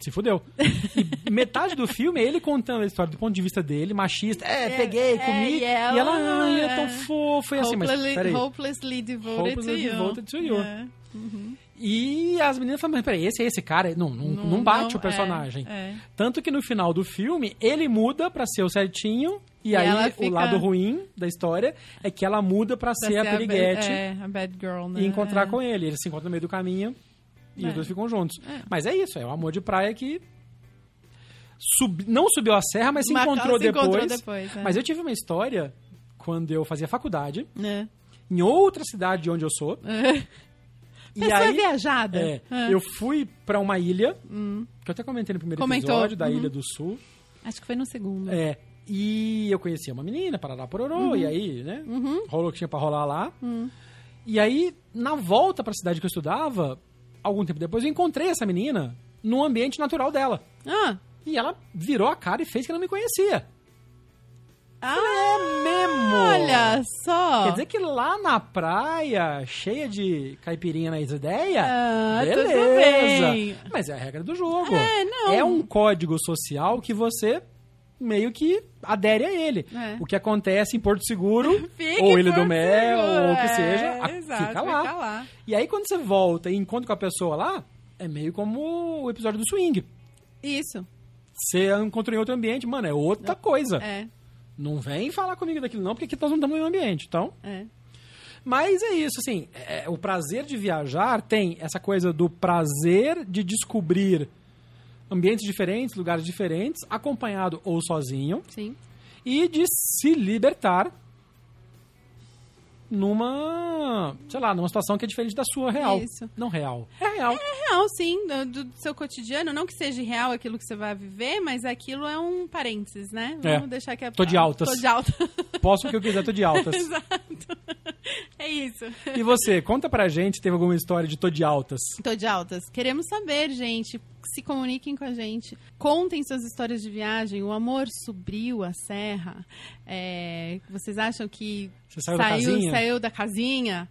A: Se fudeu. E metade do filme é ele contando a história do ponto de vista dele, machista. É, peguei,
B: é,
A: comi.
B: e
A: E
B: ela-
A: ela, ai, é tão
B: é.
A: fofo. E assim, mas
B: hopelessly,
A: peraí.
B: hopelessly devoted
A: Hopelessly
B: to you.
A: devoted to you.
B: É.
A: E as meninas falam, mas peraí, esse é esse cara? Não, não, não, bate o personagem.
B: É, é.
A: Tanto que no final do filme, ele muda pra ser o certinho. E,
B: E ela
A: aí,
B: fica-
A: o lado ruim da história é que ela muda pra,
B: Pra
A: ser a
B: ba-
A: periguete
B: É, a bad girl, né?
A: e encontrar
B: É.
A: com ele. Eles se encontram no meio do caminho e
B: É.
A: os dois ficam juntos.
B: É.
A: Mas é isso, é o amor de praia que sub- não subiu a serra, mas se
B: Mas
A: encontrou
B: se
A: depois.
B: encontrou depois, é.
A: Mas eu tive uma história quando eu fazia faculdade,
B: É.
A: em outra cidade de onde eu sou. E
B: Pessoa
A: aí,
B: É. viajada.
A: é,
B: É. Hum.
A: eu fui pra uma ilha, que eu até comentei no primeiro
B: Comentou,
A: episódio, da
B: uhum.
A: Ilha do Sul.
B: Acho que foi no segundo.
A: É, e eu conhecia uma menina, Parará Pororô,
B: Uhum.
A: e aí, né? Rolou o que tinha pra rolar lá.
B: Hum.
A: E aí, na volta pra cidade que eu estudava, algum tempo depois, eu encontrei essa menina no ambiente natural dela.
B: Ah,
A: E ela virou a cara e fez que não me conhecia.
B: ah
A: É mesmo!
B: olha só.
A: Quer dizer que lá na praia, cheia de caipirinha na ideia,
B: Ah, tudo
A: é. beleza.
B: bem.
A: Mas é a regra do jogo.
B: É, não.
A: É um código social que você meio que adere a ele.
B: É.
A: O que acontece em Porto Seguro,
B: Fique
A: ou Ilha do
B: por
A: Mel,
B: seguro.
A: ou o que
B: É,
A: seja, a-
B: exato,
A: fica lá.
B: Fica lá.
A: E aí quando você volta e encontra com a pessoa lá, é meio como o episódio do swing.
B: Isso,
A: Você encontra em outro ambiente, mano, é outra coisa.
B: é,
A: Não vem falar comigo daquilo não, porque aqui nós não estamos no mesmo ambiente. Então,
B: é.
A: Mas é isso, assim, é, o prazer de viajar tem essa coisa do prazer de descobrir ambientes diferentes, lugares diferentes, acompanhado ou sozinho,
B: Sim.
A: e de se libertar numa, sei lá, numa situação que é diferente da sua real.
B: Isso.
A: Não real. É real.
B: real, sim, do, do seu cotidiano. Não que seja real aquilo que você vai viver, mas aquilo é um parênteses, né?
A: É.
B: Vamos deixar que a...
A: Tô de altas.
B: Tô de alta.
A: Posso o que eu quiser, tô de altas.
B: Exato. É isso.
A: E você, conta pra gente, teve alguma história de tô de altas?
B: Tô de altas. Queremos saber, gente. Se comuniquem com a gente. Contem suas histórias de viagem. O amor subiu a serra. É, vocês acham que
A: Você saiu da casinha?
B: saiu da casinha,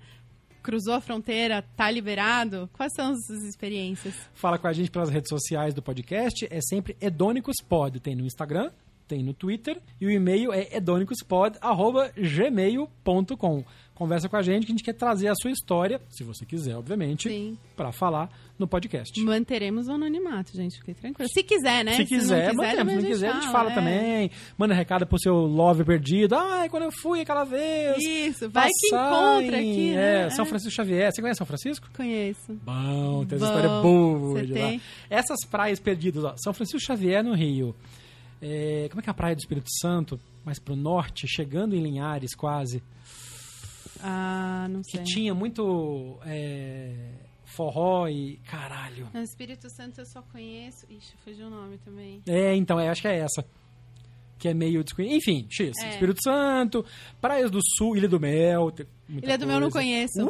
B: cruzou a fronteira, tá liberado? Quais são as suas experiências?
A: Fala com a gente pelas redes sociais do podcast. É sempre EdônicosPod. Tem no Instagram, tem no Twitter. E o e-mail é edônicospod.gmail.com. Conversa com a gente que a gente quer trazer a sua história, se você quiser, obviamente,
B: Sim.
A: para falar no podcast.
B: Manteremos o anonimato, gente. Fiquei tranquilo. Se quiser, né?
A: Se quiser,
B: não
A: mantemos.
B: também
A: Se não quiser, a gente fala
B: é.
A: também. Manda recado pro seu love perdido. Ai, quando eu fui aquela vez.
B: Isso, vai que
A: passar
B: encontra
A: em,
B: aqui,
A: É,
B: né?
A: São
B: É.
A: Francisco Xavier. Você conhece São Francisco?
B: Conheço.
A: Bom, tem essa
B: Bom,
A: história boa
B: você
A: de lá.
B: tem.
A: Essas praias perdidas, ó, São Francisco Xavier, no Rio. É, como é que é a praia do Espírito Santo? Mais pro norte, chegando em Linhares, quase.
B: Ah, não
A: Que
B: sei.
A: tinha muito é, forró e... Caralho.
B: No Espírito Santo eu só conheço. Ixi, fugiu o nome também.
A: É, então, é, acho que é essa. Que é meio desconhecida. Enfim, X.
B: É.
A: Espírito Santo, Praias do Sul, Ilha do Mel. tem muita
B: Ilha é do Mel eu não
A: coisa.
B: conheço.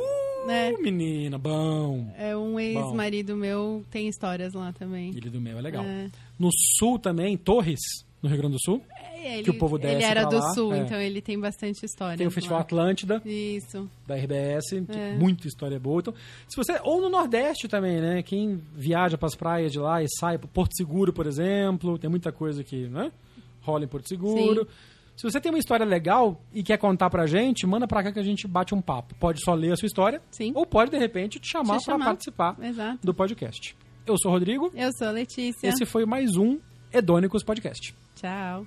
B: né?
A: Uh, menina, bom.
B: É um ex-marido meu, tem histórias lá também.
A: Ilha do Mel é legal.
B: É.
A: No Sul também, Torres, no Rio Grande do Sul.
B: É, Ele,
A: Que o povo desce
B: Ele era
A: pra
B: do
A: lá,
B: sul,
A: é.
B: então ele tem bastante história.
A: Tem o Festival Atlântida,
B: Isso.
A: da RBS, que
B: É.
A: muita história boa. Então, se você, ou no Nordeste também, né? Quem viaja para as praias de lá e sai para Porto Seguro, por exemplo, tem muita coisa que né? rola em Porto Seguro. Se você tem uma história legal e quer contar pra gente, manda pra cá que a gente bate um papo. Pode só ler a sua história,
B: Sim.
A: ou pode, de repente, te chamar
B: Te
A: para
B: chamar. É.
A: participar
B: Exato.
A: do podcast. Eu sou o Rodrigo, é
B: Eu sou a Letícia.
A: esse foi mais um Edônicos Podcast.
B: Tchau.